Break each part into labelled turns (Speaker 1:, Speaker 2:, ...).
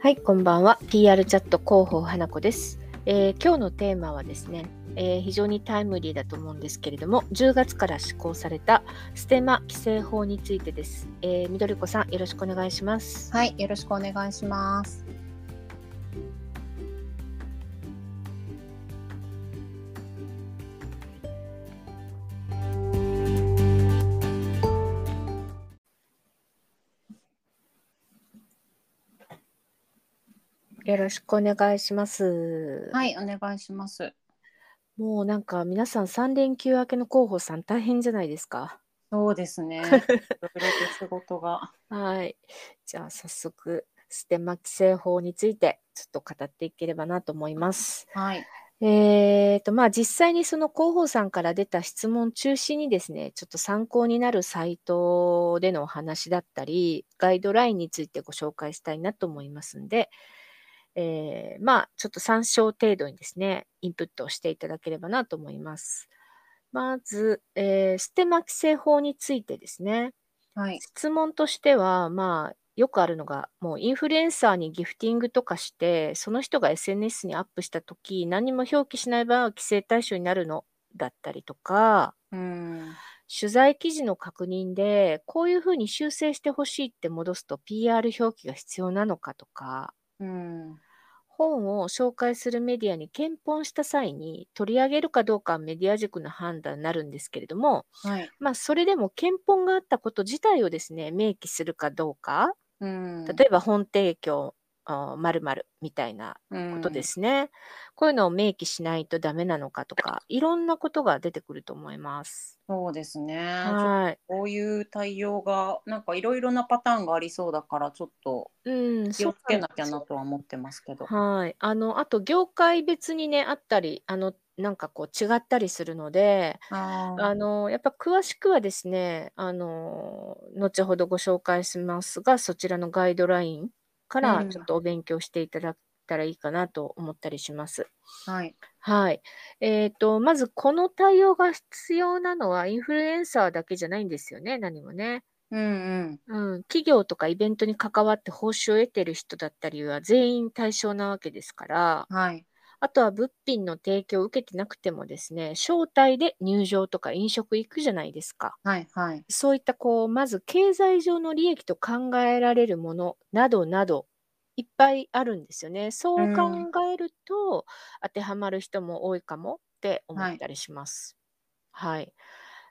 Speaker 1: はい、こんばんは。PR チャット広報花子です、えー今日のテーマはですね、えー非常にタイムリーだと思うんですけれども、10月から施行されたステマ規制法についてです。えー、緑子さん、よろしくお願いします。
Speaker 2: はい、よろしくお願いします。
Speaker 1: よろしくお願いします。
Speaker 2: はい、お願いします。
Speaker 1: もうなんか皆さん3連休明けの候補さん大変じゃないですか。
Speaker 2: そうです ね。いろいろと仕事が。
Speaker 1: はい。じゃあ早速、ステマ規制法についてちょっと語っていければなと思います。
Speaker 2: はい。
Speaker 1: えーとまあ、実際にその広報さんから出た質問中心にですね、ちょっと参考になるサイトでのお話だったり、ガイドラインについてご紹介したいなと思いますんで、えーまあ、ちょっと参照程度にですね、インプットをしていただければなと思います。まず、えーステマ規制法についてですね、
Speaker 2: はい。
Speaker 1: 質問としては、まあ、よくあるのが、もうインフルエンサーにギフティングとかして、その人が SNS にアップしたとき、何も表記しない場合は規制対象になるのだったりとか、
Speaker 2: うん。
Speaker 1: 取材記事の確認で、こういうふうに修正してほしいって戻すと PR 表記が必要なのかとか、
Speaker 2: うん。
Speaker 1: 本を紹介するメディアに検本した際に取り上げるかどうかはメディア塾の判断になるんですけれども、
Speaker 2: はい。
Speaker 1: まあ、それでも検本があったこと自体をですね、明記するかどうか、
Speaker 2: うん。
Speaker 1: 例えば本提供まるまるみたいな
Speaker 2: ば
Speaker 1: ことで。すね、こういうのを明記しないとダメなのかとか、いろんなことが出てくると思います。
Speaker 2: そうですね。
Speaker 1: はい。
Speaker 2: こういう対応が、なんかいろいろなパターンがありそうだから、ちょっと
Speaker 1: うん、
Speaker 2: 気をつけなきゃ
Speaker 1: そ
Speaker 2: な
Speaker 1: う
Speaker 2: とは思ってますけど。
Speaker 1: なんですよ。はい。あの、あと業界別にね、あったり、あの、なんかこう違ったりするので、
Speaker 2: あー
Speaker 1: あの、やっぱ詳しくはですね、あの、後ほどご紹介しますが、そちらのガイドラインから
Speaker 2: うん
Speaker 1: ちょっとお勉強していただけたらいいかなと思ったりします。
Speaker 2: はい。
Speaker 1: はい。えっ、と、まずこの対応が必要なのはインフルエンサーだけじゃないんですよね、何もね。
Speaker 2: うんうん。
Speaker 1: うん、企業とかイベントに関わって報酬を得てる人だったりは全員対象なわけですから、
Speaker 2: はい。
Speaker 1: あとは物品の提供を受けてなくてもですね、招待で入場とか飲食行くじゃないですか。
Speaker 2: はい。はい。
Speaker 1: そういったこう、まず経済上の利益と考えられるものなどなど、いっぱいあるんですよね。そううん考えると、当てはまる人も多いかもって思
Speaker 2: はい
Speaker 1: ったりします。はい。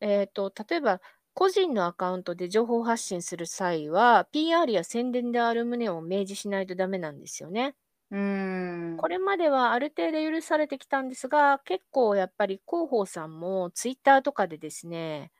Speaker 1: えっ、と、例えば、個人のアカウントで情報発信する際は、PR や宣伝である旨を明示しないとダメなんですよね。
Speaker 2: うん。
Speaker 1: これまではある程度許されてきたんですが、結構やっぱり広報さんもツイッターとかでですね、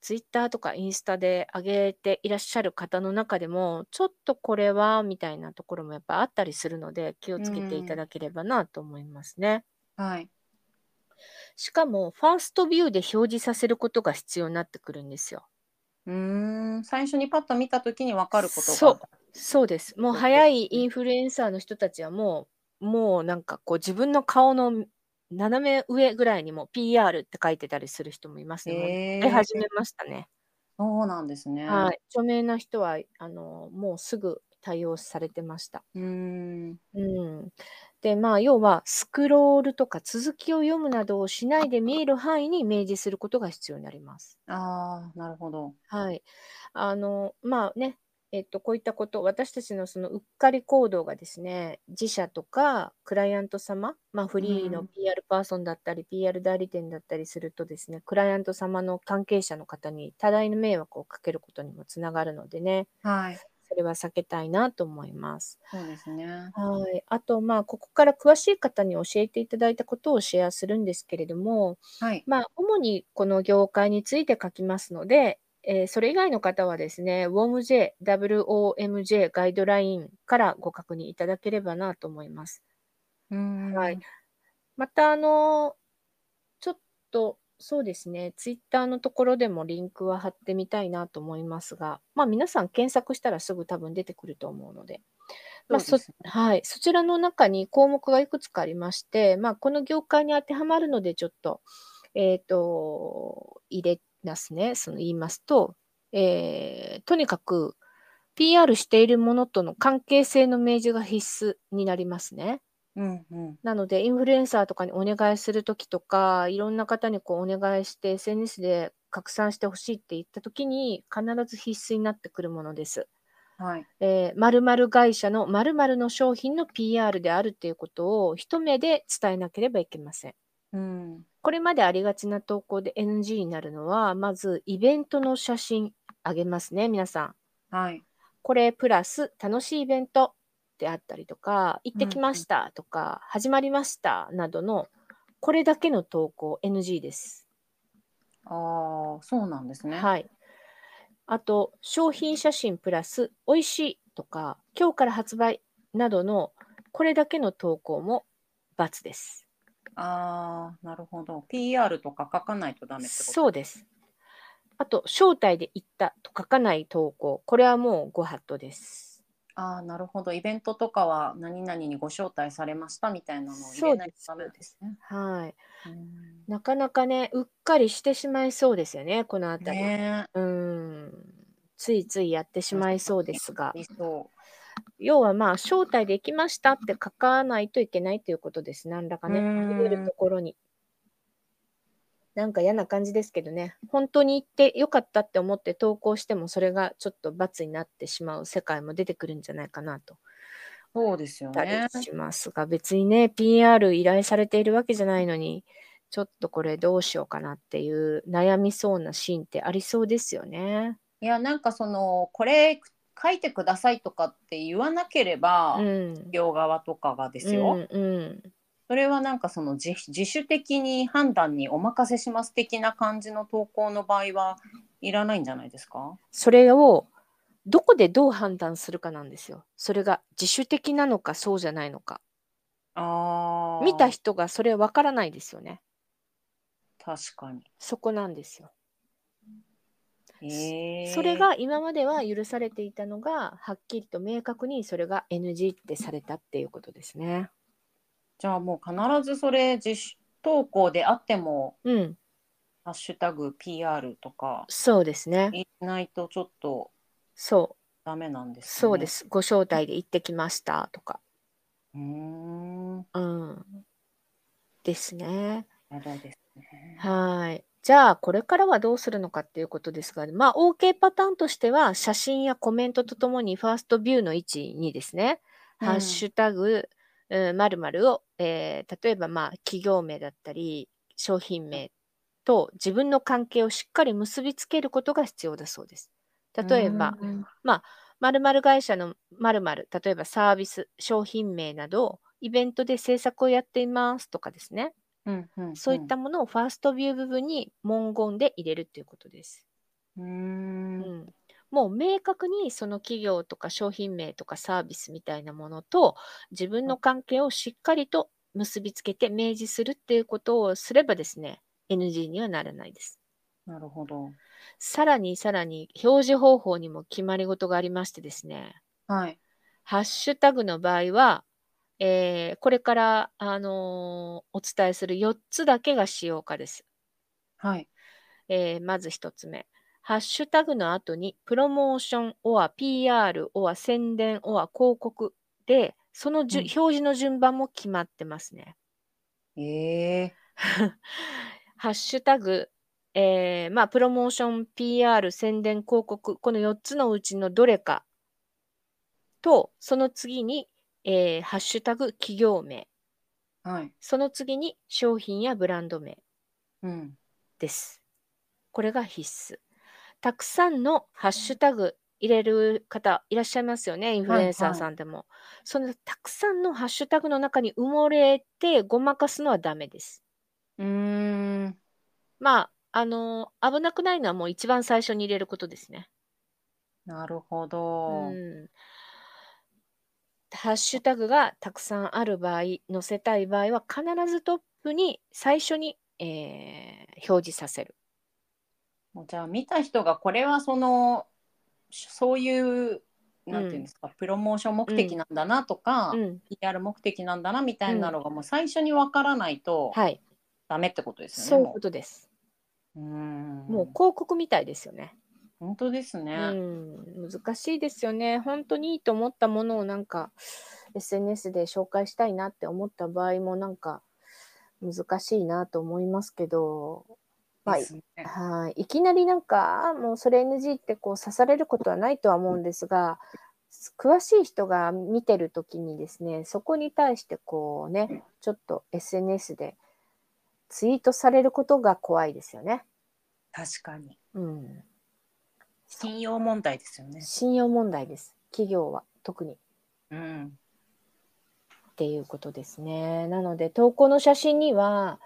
Speaker 1: ツイッターとかインスタで上げていらっしゃる方の中でも、ちょっとこれはみたいなところもやっぱあったりするので、気をつけていただければなと思いますね。
Speaker 2: はい。
Speaker 1: しかも、ファーストビューで表示させることが必要になってくるんですよ。
Speaker 2: うーん。最初にパッと見たときにわかることが。
Speaker 1: そうそうです。もう
Speaker 2: そうですね
Speaker 1: 早いインフルエンサーの人たちはもう、もうなんかこう自分の顔の斜め上ぐらいにも PR って書いてたりする人もいますね。もう
Speaker 2: え
Speaker 1: 出始めましたね。
Speaker 2: そうなんですね。
Speaker 1: はい。著名な人は、あの、もうすぐ対応されてました。
Speaker 2: うーん。
Speaker 1: うん。で、まあ、要は、スクロールとか続きを読むなどをしないで見える範囲に明示することが必要になります。
Speaker 2: ああ、なるほど。
Speaker 1: はい。あの、まあね、えっと、こういったこと、私たちのそのうっかり行動がですね、自社とかクライアント様、まあ、フリー
Speaker 2: う
Speaker 1: の
Speaker 2: ん
Speaker 1: PR パーソンだったり、PR 代理店だったりするとですね、クライアント様の関係者の方に多大な迷惑をかけることにもつながるのでね、
Speaker 2: はい。
Speaker 1: それは避けたいなと思います。
Speaker 2: そうですね。
Speaker 1: はい。あと、まあ、ここから詳しい方に教えていただいたことをシェアするんですけれども、
Speaker 2: はい。
Speaker 1: まあ、主にこの業界について書きますので、えーそれ以外の方はですね、WOMJ、WOMJ ガイドラインからご確認いただければなと思います。
Speaker 2: うーん。
Speaker 1: はい。また、あの、ちょっと、そうですね、ツイッターのところでもリンクは貼ってみたいなと思いますが、まあ、皆さん検索したらすぐ多分出てくると思うので、まあ
Speaker 2: そ
Speaker 1: そ
Speaker 2: うですね
Speaker 1: はい、そちらの中に項目がいくつかありまして、まあ、この業界に当てはまるので、ちょっと,、えー、と入れますね、その言いますと、えーとにかく PR しているものとの関係性の明示が必須になりますね。
Speaker 2: うんうん
Speaker 1: なので、インフルエンサーとかにお願いするときとか、いろんな方にこうお願いして、SNS で拡散してほしいって言ったときに、必ず必須になってくるものです。
Speaker 2: はい
Speaker 1: えー、〇〇会社の〇〇の商品の PR であるということを一目で伝えなければいけません。
Speaker 2: うん
Speaker 1: これまでありがちな投稿で NG になるのは、まずイベントの写真あげますね、皆さん。
Speaker 2: はい
Speaker 1: これプラス楽しいイベントであったりとか、行ってきましたとか、始まりましたなどの、これだけの投稿 NG です。
Speaker 2: ああそうなんですね
Speaker 1: はい。あと、商品写真プラス、美味しいとか、今日から発売などの、これだけの投稿も×です。
Speaker 2: ああなるほど PR とか書かないとダメってこと
Speaker 1: そうです。あと、招待で行ったと書かない投稿、これはもうご法度です。
Speaker 2: ああなるほどイベントとかは何々にご招待されましたみたいなのを入れないとダメですね。
Speaker 1: はい。
Speaker 2: うん
Speaker 1: なかなかね、うっかりしてしまいそうですよね、このあたり。
Speaker 2: ね
Speaker 1: うーんついついやってしまいそうですが
Speaker 2: え、理想。
Speaker 1: 要はまあ、招待できましたって書かないといけないということです、何らかね、
Speaker 2: うーん
Speaker 1: 見えるところに。なんか嫌な感じですけどね、本当に行ってよかったって思って投稿しても、それがちょっと罰になってしまう世界も出てくるんじゃないかなと
Speaker 2: そうですよ
Speaker 1: 思った
Speaker 2: ね。
Speaker 1: りしますが、別にね、PR 依頼されているわけじゃないのに、ちょっとこれどうしようかなっていう悩みそうなシーンってありそうですよね。
Speaker 2: いやなんかそのこれ書いてくださいとかって言わなければ、
Speaker 1: うん
Speaker 2: 企業側とかがですよ、
Speaker 1: うんうん
Speaker 2: それはなんかその自自主的に判断にお任せします的な感じの投稿の場合はいらないんじゃないですか
Speaker 1: それをどこでどう判断するかなんですよ。それが自主的なのかそうじゃないのか。
Speaker 2: あー
Speaker 1: 見た人がそれわからないですよね。
Speaker 2: 確かに、
Speaker 1: そこなんですよ。
Speaker 2: えー
Speaker 1: それが今までは許されていたのが、はっきりと明確にそれが NG ってされたっていうことですね。
Speaker 2: じゃあもう必ずそれ自主投稿であっても
Speaker 1: うん、
Speaker 2: 「ハッシュタグ #PR」とか
Speaker 1: そうですね。
Speaker 2: 言えないとちょっと
Speaker 1: そう、
Speaker 2: ダメなんですね。
Speaker 1: そうで。す。ご招待で行ってきましたとか。
Speaker 2: うーん。
Speaker 1: うん。ですね。
Speaker 2: なるほどですね。
Speaker 1: はい。じゃあ、これからはどうするのかっていうことですが、まあ、OK パターンとしては、写真やコメントとともに、ファーストビューの位置にですね、
Speaker 2: うん
Speaker 1: ハッシュタグ、まるまるを、えー例えば、まあ、企業名だったり、商品名と自分の関係をしっかり結びつけることが必要だそうです。例えば、
Speaker 2: うん
Speaker 1: 〇〇会社の〇〇、例えばサービス、商品名など、イベントで制作をやっていますとかですね。
Speaker 2: うんうんうん
Speaker 1: そういったものをファーストビュー部分に文言で入れるっていうことです。
Speaker 2: うー
Speaker 1: うんん、もう明確にその企業とか商品名とかサービスみたいなものと自分の関係をしっかりと結びつけて明示するっていうことをすればですね、NG にはならないです。
Speaker 2: なるほど。
Speaker 1: さらにさらに表示方法にも決まり事がありましてですね、
Speaker 2: はい。
Speaker 1: ハッシュタグの場合は、えーこれから、あのーお伝えする4つだけが使用可です。
Speaker 2: はい。
Speaker 1: えーまず一つ目。ハッシュタグの後に、プロモーション、オア PR、オア宣伝、オア広告で、そのじゅ、
Speaker 2: うん
Speaker 1: 表示の順番も決まってますね。
Speaker 2: ええ
Speaker 1: ハッシュタグ、えーまあ、プロモーション、PR、宣伝、広告、この4つのうちのどれかと、その次に、えーハッシュタグ企業名、
Speaker 2: はい。
Speaker 1: その次に商品やブランド名、
Speaker 2: うん。
Speaker 1: です。これが必須。たくさんのハッシュタグ入れる方いらっしゃいますよね、インフルエンサーさんでも。そのたくさんのハッシュタグの中に埋もれてごまかすのはダメです。
Speaker 2: うーん。
Speaker 1: まあ、あの危なくないのはもう一番最初に入れることですね。
Speaker 2: なるほ
Speaker 1: う
Speaker 2: ど。
Speaker 1: ん。ハッシュタグがたくさんある場合、載せたい場合は必ずトップに最初に、えー表示させる。
Speaker 2: もうじゃあ見た人がこれはそのそういうなんていうんですか、プロモーション目的なんだなとか、
Speaker 1: うん。
Speaker 2: PR 目的なんだなみたいなのがもう最初にわからないと
Speaker 1: はい。
Speaker 2: ダメってことです
Speaker 1: そう
Speaker 2: よ
Speaker 1: い
Speaker 2: ね。
Speaker 1: うことです。
Speaker 2: もううーん
Speaker 1: もう広告みたいですよね。
Speaker 2: 本当ですね。
Speaker 1: うん、難しいですよね。本当にいいと思ったものをなんか SNS で紹介したいなって思った場合もなんか難しいなと思いますけど、まあ
Speaker 2: ですね
Speaker 1: はい、いきなりなんかあーもうそれ NG ってこう刺されることはないとは思うんですが、詳しい人が見てる時にですね、そこに対してこうね、ちょっと SNS でツイートされることが怖いですよね。
Speaker 2: 確かに。
Speaker 1: うん、
Speaker 2: 信用問題ですよね。
Speaker 1: 信用問題です。企業は特に。
Speaker 2: うん。
Speaker 1: っていうことですね。なので投稿の写真には、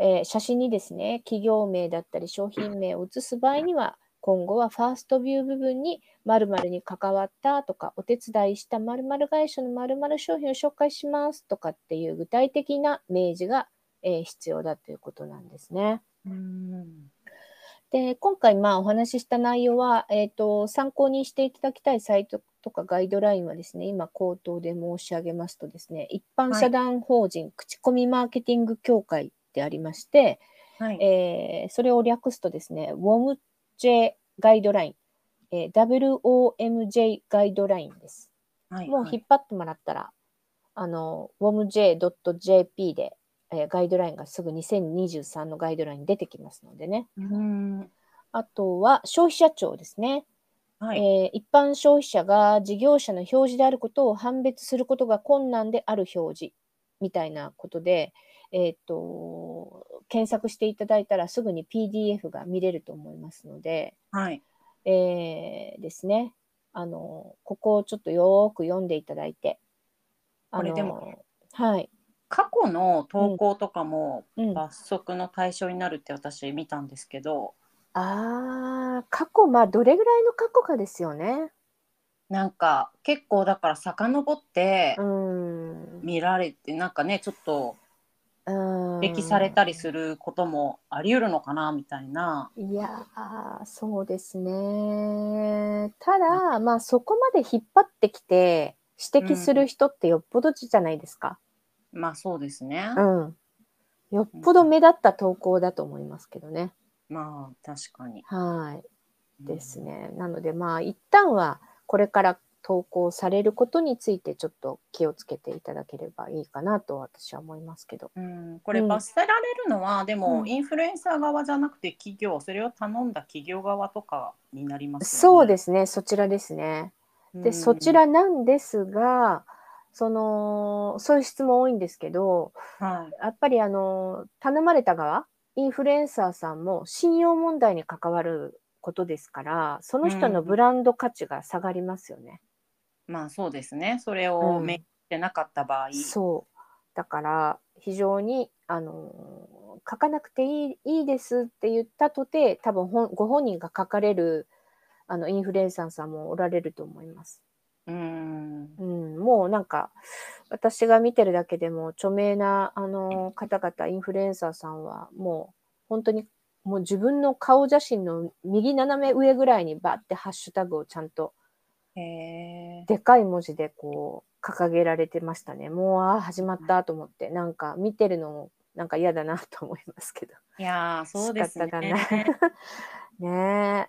Speaker 1: えー写真にですね企業名だったり商品名を写す場合には今後はファーストビュー部分に〇〇に関わったとかお手伝いした〇〇会社の〇〇商品を紹介しますとかっていう具体的な明示が、えー必要だということなんですね。
Speaker 2: うん。
Speaker 1: で今回まあお話しした内容は、えー、と参考にしていただきたいサイトとかガイドラインはですね今口頭で申し上げますとですね一般社団法人口コミマーケティング協会でありまして、
Speaker 2: はい。
Speaker 1: えーそれを略すとですね WOMJ ガイドライン、えー WOMJ ガイドラインです。
Speaker 2: はい。
Speaker 1: もう引っ張ってもらったら、あの、womj.jp で、えーガイドラインがすぐ2023のガイドラインに出てきますのでね。
Speaker 2: うん。
Speaker 1: あとは消費者庁ですね、
Speaker 2: はい。
Speaker 1: えー一般消費者が事業者の表示であることを判別することが困難である表示みたいなことで、えー、と検索していただいたらすぐに PDF が見れると思いますので、
Speaker 2: はい。
Speaker 1: えーですねあのここをちょっとよーく読んでいただいてあの
Speaker 2: これでも
Speaker 1: はい、
Speaker 2: 過去の投稿とかも
Speaker 1: うん、あ
Speaker 2: 罰則の対象になるって私見たんですけど、
Speaker 1: あー過去まあどれぐらいの過去かですよね。
Speaker 2: なんか結構だから遡って
Speaker 1: うん
Speaker 2: 見られて、なんかねちょっと
Speaker 1: うん
Speaker 2: 歴されたりすることもあり得るのかなみたいな。
Speaker 1: いやーそうですねただまあそこまで引っ張ってきて指摘する人ってよっぽどじゃないですか、
Speaker 2: まあそうですね。
Speaker 1: うんよっぽど目立った投稿だと思いますけどね
Speaker 2: まあ確かに。
Speaker 1: はいですねなのでまあ一旦はこれから投稿されることについてちょっと気をつけていただければいいかなと私は思いますけど
Speaker 2: うん、これ
Speaker 1: うん
Speaker 2: 罰せられるのは、で
Speaker 1: う
Speaker 2: も
Speaker 1: ん
Speaker 2: インフルエンサー側じゃなくて企業それを頼んだ企業側とかになります、
Speaker 1: そうですすねそちらですね
Speaker 2: う
Speaker 1: で
Speaker 2: ん
Speaker 1: そち、らなんですがそのそういう質問多いんですけど
Speaker 2: はい、
Speaker 1: やっぱりあの頼まれた側インフルエンサーさんも信用問題に関わることですからその人の
Speaker 2: うん
Speaker 1: ブランド価値が下がりますよね。
Speaker 2: まあそうですねそれ
Speaker 1: う
Speaker 2: を
Speaker 1: ん
Speaker 2: 明記してなかった場合、
Speaker 1: そうだから非常にあの書かなくていいいいですって言ったとて多分ほんご本人が書かれるあのインフルエンサーさんもおられると思います。
Speaker 2: うん
Speaker 1: うん、もうなんか私が見てるだけでも著名なあの方々インフルエンサーさんはもう本当にもう自分の顔写真の右斜め上ぐらいにバッてハッシュタグをちゃんと
Speaker 2: へえ
Speaker 1: でかい文字でこう掲げられてましたねもうああ始まったと思ってなんか見てるのもなんか嫌だなと思いますけど
Speaker 2: いやーそうですね
Speaker 1: 仕方がない ねえ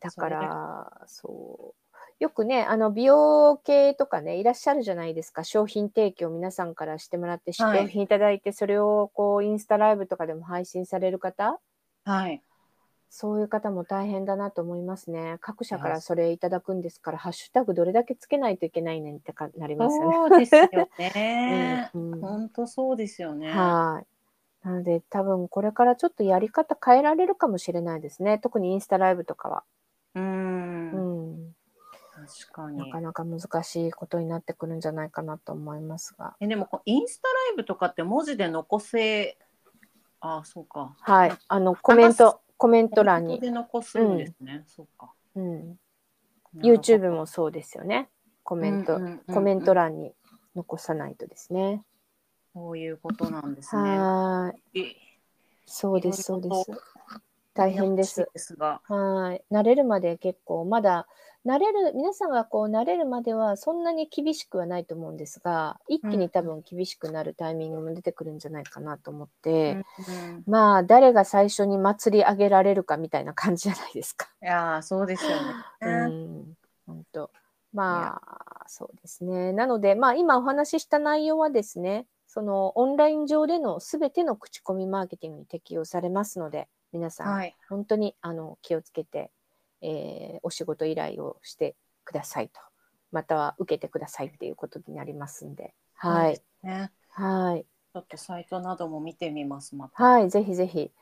Speaker 1: だからそうよくねあの美容系とかねいらっしゃるじゃないですか商品提供皆さんからしてもらって
Speaker 2: はい
Speaker 1: 商品いただいて、それをこうインスタライブとかでも配信される方
Speaker 2: はい
Speaker 1: そういう方も大変だなと思いますね各社か
Speaker 2: い
Speaker 1: ら
Speaker 2: や
Speaker 1: それいただくんですからハッシュタグどれだけつけないといけないねんってかなりますよね。。
Speaker 2: そうですよね
Speaker 1: うんうん
Speaker 2: 本当そうですよね。
Speaker 1: はい。なので多分これからちょっとやり方変えられるかもしれないですね。特にインスタライブとかは。
Speaker 2: うん、
Speaker 1: うん。
Speaker 2: 確か
Speaker 1: な
Speaker 2: に
Speaker 1: か。なか難しいことになってくるんじゃないかなと思いますが。
Speaker 2: えでもこうインスタライブとかって文字で残せあーそうか。
Speaker 1: はい。あの、コメン
Speaker 2: 話
Speaker 1: ト、コメント欄
Speaker 2: コメン
Speaker 1: に
Speaker 2: ト。で残すんですね。そうか。
Speaker 1: うん。YouTube もそうですよね。コ
Speaker 2: コ
Speaker 1: メント、コメント
Speaker 2: 欄。
Speaker 1: 欄に残さないとですね。
Speaker 2: そういうことなんですね。
Speaker 1: はーい。
Speaker 2: え
Speaker 1: そうです、
Speaker 2: い
Speaker 1: そ
Speaker 2: ろ
Speaker 1: う
Speaker 2: いろ
Speaker 1: で
Speaker 2: と
Speaker 1: す。大変です
Speaker 2: で。すが。
Speaker 1: はい。慣れるまで結構、まだ慣れる皆さんがこう慣れるまではそんなに厳しくはないと思うんですが一気に多分厳しくなるタイミングも出てくるんじゃないかなと思って、
Speaker 2: うん
Speaker 1: まあ誰が最初に祭り上げられるかみたいな感じじゃないですか。
Speaker 2: いやーそうですよ
Speaker 1: う
Speaker 2: ね。
Speaker 1: ん、本当。まあ、そうですね。なので、まあ、今お話しした内容はですね、そのオンライン上でのすべての口コミマーケティングに適用されますので、皆さん、
Speaker 2: はい、
Speaker 1: 本当にあの気をつけて、えーお仕事依頼をしてくださいと、または受けてくださいっていうことになりますんで、はい、
Speaker 2: ね。
Speaker 1: はい、
Speaker 2: ちょっとサイトなども見てみます。また。
Speaker 1: はい、ぜひぜひ。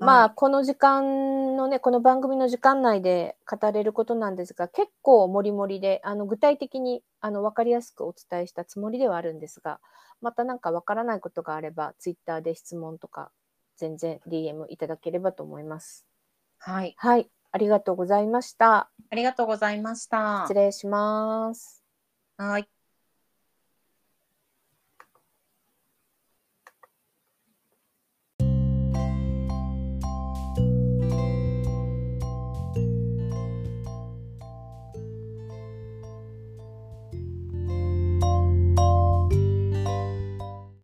Speaker 1: まあ、
Speaker 2: はい
Speaker 1: この時間のね、この番組の時間内で語れることなんですが、結構もりもりで、あの具体的にあの分かりやすくお伝えしたつもりではあるんですが、またなんか分からないことがあれば、ツイッターで質問とか、全然 DM いただければと思います。
Speaker 2: はい、
Speaker 1: はい、ありがとうございました。
Speaker 2: ありがとうございました
Speaker 1: 失。礼します。
Speaker 2: はい。